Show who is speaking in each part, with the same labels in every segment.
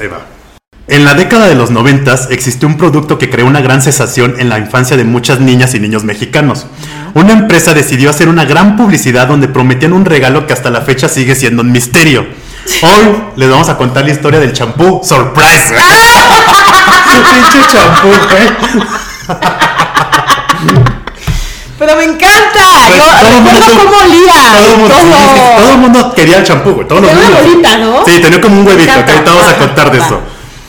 Speaker 1: ahí va. En la década de los noventas existió un producto que creó una gran sensación en la infancia de muchas niñas y niños mexicanos. Una empresa decidió hacer una gran publicidad donde prometían un regalo que hasta la fecha sigue siendo un misterio. Hoy les vamos a contar la historia del champú Surprise. Pinche champú, güey.
Speaker 2: Pero me
Speaker 1: Pues,
Speaker 2: encanta. Yo recuerdo cómo olía.
Speaker 1: Todo el mundo, sí, sí, todo el mundo quería el champú, güey. Todos los
Speaker 2: Era una
Speaker 1: niños.
Speaker 2: bolita, ¿no?
Speaker 1: Sí, tenía como un huevito,
Speaker 2: encanta.
Speaker 1: que ahorita vamos a
Speaker 2: Ajá,
Speaker 1: contar de
Speaker 2: va.
Speaker 1: eso.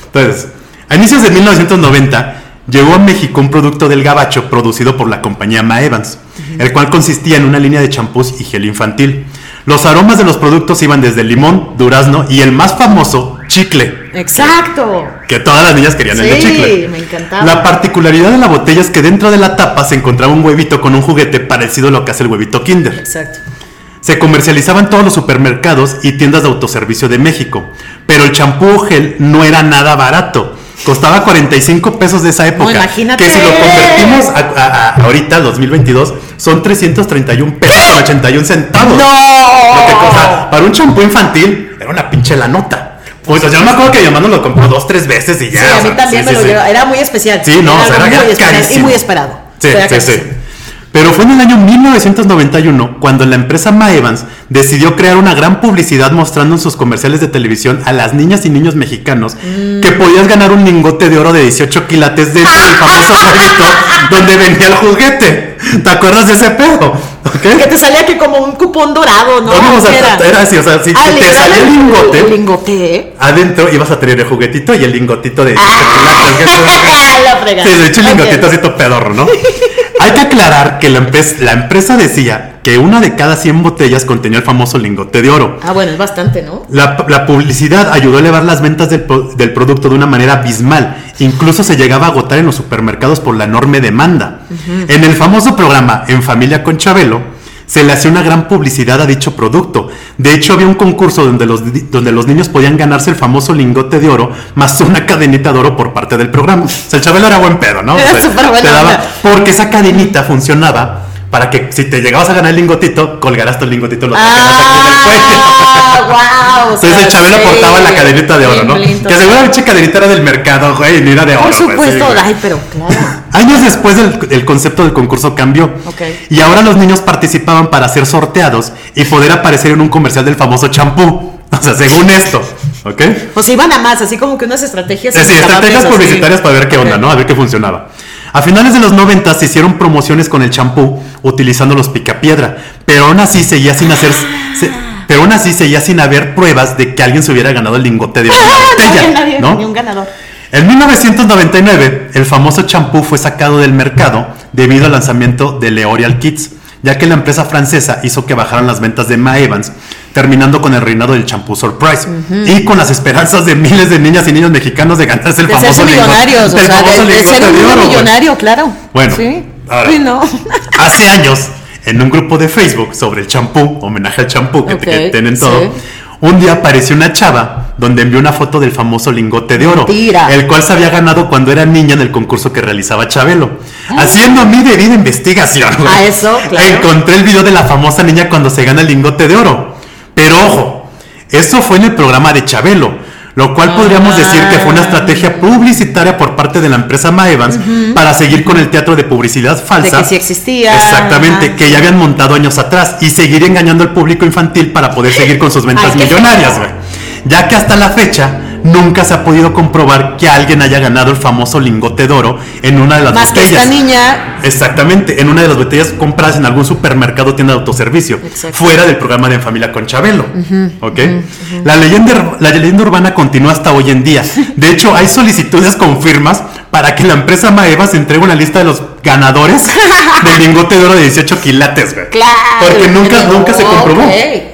Speaker 1: Entonces, a inicios de 1990 llegó a México un producto del gabacho producido por la compañía Maevans, el cual consistía en una línea de champús y gel infantil. Los aromas de los productos iban desde limón, durazno y el más famoso, chicle.
Speaker 2: Exacto.
Speaker 1: Que todas las niñas querían el de
Speaker 2: Sí,
Speaker 1: chicle.
Speaker 2: me encantaba.
Speaker 1: La particularidad de la botella es que dentro de la tapa se encontraba un huevito con un juguete parecido a lo que hace el huevito Kinder.
Speaker 2: Exacto.
Speaker 1: Se comercializaba en todos los supermercados y tiendas de autoservicio de México, pero el champú o gel no era nada barato. Costaba 45 pesos de esa época.
Speaker 2: imagínate.
Speaker 1: Que si lo convertimos a, a- a- ahorita, 2022, son 331 pesos con 81 centavos. Lo que
Speaker 2: Oh.
Speaker 1: cosa- para un champú infantil era una pinche la nota. Pues yo me acuerdo que mi hermano lo compró dos, tres veces y ya.
Speaker 2: Sí,
Speaker 1: o
Speaker 2: a mí
Speaker 1: sea,
Speaker 2: también
Speaker 1: sí,
Speaker 2: me
Speaker 1: sí,
Speaker 2: lo
Speaker 1: sí.
Speaker 2: llevaba. Era muy especial.
Speaker 1: Sí, no, o sea,
Speaker 2: algo
Speaker 1: era
Speaker 2: muy especial
Speaker 1: carísimo.
Speaker 2: y muy esperado.
Speaker 1: Sí,
Speaker 2: Era
Speaker 1: sí, sí.
Speaker 2: carísimo.
Speaker 1: Pero fue en el año 1991 cuando la empresa Maevans decidió crear una gran publicidad mostrando en sus comerciales de televisión a las niñas y niños mexicanos
Speaker 2: Mm.
Speaker 1: que podías ganar un lingote de oro de 18 quilates dentro del famoso huevito donde vendía el juguete. ¿Te acuerdas de ese pedo? ¿Ok?
Speaker 2: Que te salía que como un cupón dorado, ¿no?
Speaker 1: No, no, o sea,
Speaker 2: ¿Qué
Speaker 1: era así, o sea, si
Speaker 2: Ah,
Speaker 1: te
Speaker 2: le-
Speaker 1: salía el lingote.
Speaker 2: El lingote, ¿eh?
Speaker 1: Adentro ibas a tener el juguetito y el lingotito de 18
Speaker 2: Ah.
Speaker 1: quilates.
Speaker 2: La fregada.
Speaker 1: Sí, de hecho, el
Speaker 2: Ok.
Speaker 1: lingotito así todo pedorro, ¿no? Hay que aclarar que la, empe- la empresa decía que una de cada 100 botellas contenía el famoso lingote de oro.
Speaker 2: Ah, bueno, es bastante, ¿no?
Speaker 1: La, la publicidad ayudó a elevar las ventas del, pro- del producto de una manera abismal. Incluso se llegaba a agotar en los supermercados por la enorme demanda. En el famoso programa En Familia con Chabelo, se le hacía una gran publicidad a dicho producto. De hecho, había un concurso donde los, di- donde los niños podían ganarse el famoso lingote de oro más una cadenita de oro por parte del programa. O sea, el Chabelo era buen pedo, ¿no?
Speaker 2: Era
Speaker 1: O sea,
Speaker 2: súper buena
Speaker 1: te daba-
Speaker 2: onda.
Speaker 1: porque esa cadenita funcionaba para que si te llegabas a ganar el lingotito, colgaras tu lingotito y lo sacaras aquí del cuello.
Speaker 2: Ah, wow.
Speaker 1: Ah, Entonces el Chabelo portaba la cadenita de oro, ¿no? Que seguro la pinche cadenita era del mercado, güey, y no era de oro.
Speaker 2: Por
Speaker 1: pues, sí,
Speaker 2: supuesto,
Speaker 1: güey.
Speaker 2: ay, pero claro.
Speaker 1: Años después el, el concepto del concurso cambió.
Speaker 2: Ok.
Speaker 1: Y ahora los niños participaban para ser sorteados y poder aparecer en un comercial del famoso champú. O sea, según esto, ¿ok?
Speaker 2: O sea, iban Pues a más, así como que unas estrategias.
Speaker 1: Es decir, estrategias
Speaker 2: incabables, así.
Speaker 1: publicitarias para ver qué onda,
Speaker 2: Ok.
Speaker 1: ¿no? A ver qué funcionaba. A finales de los 90 se hicieron promociones con el champú utilizando los picapiedra, pero aún así seguía sin hacer se- pero aún así seguía sin haber pruebas de que alguien se hubiera ganado el lingote de oro en la
Speaker 2: Ah, no había
Speaker 1: botella,
Speaker 2: nadie,
Speaker 1: ¿no?
Speaker 2: ni un ganador.
Speaker 1: En 1999, el famoso champú fue sacado del mercado debido al lanzamiento de L'Oreal Kids, ya que la empresa francesa hizo que bajaran las ventas de Maevans, terminando con el reinado del champú Surprise y con las esperanzas de miles de niñas y niños mexicanos de ganarse el
Speaker 2: De
Speaker 1: famoso
Speaker 2: hacerse
Speaker 1: lingote-
Speaker 2: millonarios, o
Speaker 1: del
Speaker 2: sea, de,
Speaker 1: famoso
Speaker 2: de
Speaker 1: lingote
Speaker 2: ser
Speaker 1: de
Speaker 2: un
Speaker 1: oro, güey.
Speaker 2: millonario, claro.
Speaker 1: Bueno,
Speaker 2: Sí.
Speaker 1: ahora.
Speaker 2: Sí, no.
Speaker 1: Hace años, en un grupo de Facebook sobre el champú, homenaje al champú que,
Speaker 2: Ok,
Speaker 1: que tienen todo,
Speaker 2: sí.
Speaker 1: un día apareció una chava donde envió una foto del famoso lingote de oro,
Speaker 2: Mentira.
Speaker 1: el cual se había ganado cuando era niña en el concurso que realizaba Chabelo. Haciendo mi debida investigación, güey,
Speaker 2: Ah, eso, claro.
Speaker 1: encontré el video de la famosa niña cuando se gana el lingote de oro. Pero ojo, eso fue en el programa de Chabelo. Lo cual
Speaker 2: Ah.
Speaker 1: podríamos decir que fue una estrategia publicitaria por parte de la empresa Maevans para seguir con el teatro de publicidad falsa
Speaker 2: De
Speaker 1: falsa.
Speaker 2: que sí existía.
Speaker 1: Exactamente,
Speaker 2: Ajá.
Speaker 1: que ya habían montado años atrás y seguir engañando al público infantil para poder seguir con sus ventas
Speaker 2: Ay, qué
Speaker 1: millonarias,
Speaker 2: feo.
Speaker 1: güey. Ya que hasta la fecha nunca se ha podido comprobar que alguien haya ganado el famoso lingote de oro en una de las
Speaker 2: Más que
Speaker 1: botellas.
Speaker 2: esta niña.
Speaker 1: Exactamente, en una de las botellas compradas en algún supermercado o tienda de autoservicio,
Speaker 2: Exacto.
Speaker 1: fuera del programa de En Familia con Chabelo. ¿ok? la, leyenda, ur- la leyenda urbana continúa hasta hoy en día. De hecho, hay solicitudes con firmas para que la empresa Maeva se entregue una lista de los ganadores del lingote de oro de 18 quilates, güey.
Speaker 2: Claro.
Speaker 1: Porque nunca,
Speaker 2: No,
Speaker 1: nunca se comprobó.
Speaker 2: ok.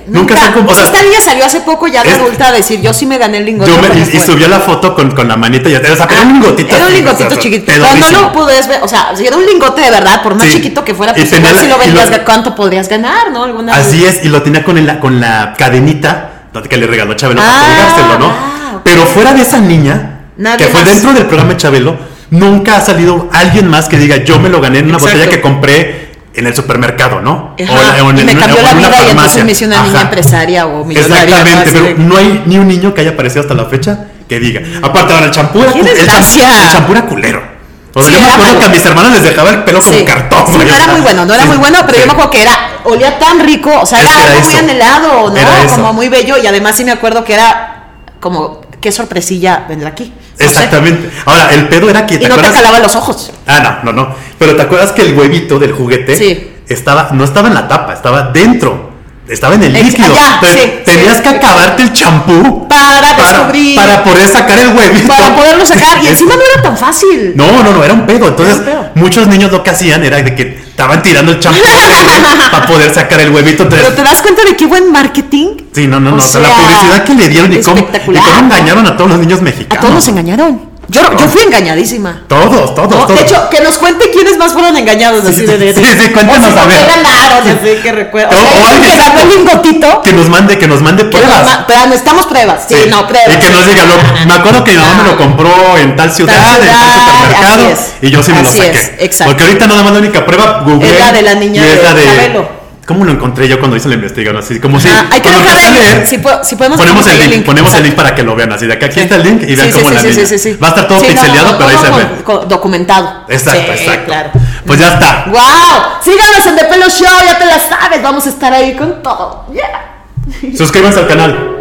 Speaker 1: Nunca, se comprobó. O sea,
Speaker 2: Esta niña salió hace poco ya de
Speaker 1: es-
Speaker 2: adulta a decir, yo sí me gané el lingote.
Speaker 1: yo me-
Speaker 2: pero
Speaker 1: y, y
Speaker 2: bueno.
Speaker 1: subió la foto con, con la manita y o sea, pero un lingotito.
Speaker 2: Ah, Era un
Speaker 1: así,
Speaker 2: lingotito
Speaker 1: o sea,
Speaker 2: chiquito.
Speaker 1: pedorísimo.
Speaker 2: No, no lo puedes ver. O sea, si era un lingote de verdad, por más
Speaker 1: Sí.
Speaker 2: chiquito que fuera,
Speaker 1: Y
Speaker 2: pues
Speaker 1: tenía
Speaker 2: igual
Speaker 1: la-
Speaker 2: si lo
Speaker 1: y lo-
Speaker 2: vendías, ¿cuánto podrías ganar, no? Alguna
Speaker 1: Así es, y lo tenía con la, con la cadenita que le regaló Chabelo
Speaker 2: Ah,
Speaker 1: para colgárselo, ¿no?
Speaker 2: ah, ok.
Speaker 1: Pero fuera de esa niña,
Speaker 2: Nadie
Speaker 1: que fue
Speaker 2: más.
Speaker 1: dentro del programa de Chabelo, nunca ha salido alguien más que diga, yo me lo gané en una
Speaker 2: Exacto.
Speaker 1: botella que compré en el supermercado, ¿no?
Speaker 2: Ajá,
Speaker 1: la-
Speaker 2: y me
Speaker 1: en-
Speaker 2: cambió
Speaker 1: o
Speaker 2: la
Speaker 1: en una
Speaker 2: vida y entonces
Speaker 1: farmacia.
Speaker 2: me hice una niña
Speaker 1: Ajá.
Speaker 2: empresaria o millonaria.
Speaker 1: Exactamente,
Speaker 2: ¿no? Así
Speaker 1: pero
Speaker 2: de-
Speaker 1: no hay ni un niño que haya aparecido hasta la fecha que diga. Aparte, ahora el champú era,
Speaker 2: ¡Qué
Speaker 1: cu- el champú,
Speaker 2: desgracia!
Speaker 1: el champú era culero. O sea,
Speaker 2: Sí,
Speaker 1: yo me
Speaker 2: era
Speaker 1: acuerdo
Speaker 2: malo.
Speaker 1: que a mis hermanos les dejaba el pelo
Speaker 2: Sí.
Speaker 1: como cartón.
Speaker 2: Sí,
Speaker 1: güey,
Speaker 2: no
Speaker 1: o
Speaker 2: era
Speaker 1: sea,
Speaker 2: muy bueno, no era
Speaker 1: sí,
Speaker 2: muy bueno, pero
Speaker 1: sí.
Speaker 2: yo me acuerdo que era, olía tan rico, o sea,
Speaker 1: Es
Speaker 2: era
Speaker 1: que era
Speaker 2: algo
Speaker 1: eso.
Speaker 2: muy anhelado, ¿no?
Speaker 1: Era eso.
Speaker 2: Como muy bello, y además sí me acuerdo que era como, qué sorpresilla vendrá aquí. No sé.
Speaker 1: Exactamente. Ahora, el pedo era que.
Speaker 2: Y no te calaba los ojos.
Speaker 1: Ah, no, no, no. Pero ¿te acuerdas que el huevito del juguete
Speaker 2: Sí.
Speaker 1: estaba, no estaba en la tapa, estaba dentro? Estaba en el
Speaker 2: Ex-
Speaker 1: líquido.
Speaker 2: allá,
Speaker 1: Entonces,
Speaker 2: sí,
Speaker 1: tenías
Speaker 2: sí.
Speaker 1: que acabarte el champú
Speaker 2: Para descubrir.
Speaker 1: para poder sacar el huevito.
Speaker 2: Para poderlo sacar, y encima no era tan fácil.
Speaker 1: No, no, no, era un pedo. Entonces,
Speaker 2: Era un pedo.
Speaker 1: muchos niños lo que hacían era de que estaban tirando el champú para poder sacar el huevito. Entonces,
Speaker 2: Pero te das cuenta de qué buen marketing.
Speaker 1: sí, no, no,
Speaker 2: O
Speaker 1: no. o sea, la
Speaker 2: sea,
Speaker 1: publicidad que le dieron y cómo, y
Speaker 2: espectacular,
Speaker 1: cómo
Speaker 2: ¿no?
Speaker 1: engañaron a todos los niños
Speaker 2: A
Speaker 1: mexicanos.
Speaker 2: todos nos engañaron. Yo, yo fui engañadísima.
Speaker 1: Todos, todos,
Speaker 2: No,
Speaker 1: todos.
Speaker 2: de hecho, que nos cuente quiénes más fueron engañados. así
Speaker 1: sí,
Speaker 2: de, de-
Speaker 1: sí, sí, cuéntanos,
Speaker 2: o si
Speaker 1: a
Speaker 2: por qué
Speaker 1: ver.
Speaker 2: ganaron, así que recuerdo.
Speaker 1: No,
Speaker 2: O sea,
Speaker 1: o
Speaker 2: alguien que
Speaker 1: alguien-
Speaker 2: ganó el lingotito.
Speaker 1: Que nos mande, que nos mande
Speaker 2: que nos
Speaker 1: pruebas.
Speaker 2: ma- pero necesitamos pruebas. Sí,
Speaker 1: Sí.
Speaker 2: no, pruebas.
Speaker 1: Y que nos diga, lo- me acuerdo que mi mamá me lo compró en tal ciudad, en
Speaker 2: ciudad,
Speaker 1: tal supermercado,
Speaker 2: así es.
Speaker 1: y yo sí me
Speaker 2: Así
Speaker 1: lo saqué.
Speaker 2: es, exacto.
Speaker 1: Porque ahorita nada más la única prueba, Google.
Speaker 2: Es la de la niña
Speaker 1: y es
Speaker 2: de
Speaker 1: la de-
Speaker 2: Chabelo.
Speaker 1: ¿Cómo lo encontré yo cuando hice la investigación? Así como si.
Speaker 2: Ah, hay que
Speaker 1: cuando
Speaker 2: dejar
Speaker 1: empecé a
Speaker 2: ahí,
Speaker 1: leer,
Speaker 2: si po- si podemos,
Speaker 1: ponemos
Speaker 2: ponemos
Speaker 1: el
Speaker 2: ahí
Speaker 1: link,
Speaker 2: el link,
Speaker 1: ponemos el
Speaker 2: exacto.
Speaker 1: link para que lo vean. Así de que aquí está el link y vean
Speaker 2: Sí, sí,
Speaker 1: cómo
Speaker 2: sí,
Speaker 1: la
Speaker 2: sí,
Speaker 1: niña.
Speaker 2: sí, sí.
Speaker 1: Va a estar todo
Speaker 2: Sí, no,
Speaker 1: pixeleado,
Speaker 2: no,
Speaker 1: pero ahí
Speaker 2: todo
Speaker 1: se ve.
Speaker 2: con- con- Documentado.
Speaker 1: Exacto,
Speaker 2: Sí,
Speaker 1: exacto.
Speaker 2: claro.
Speaker 1: Pues ya está.
Speaker 2: ¡Wow! Síganos en The Pelo Show, ya te la sabes. Vamos a estar ahí con todo. Yeah.
Speaker 1: Suscríbanse al canal.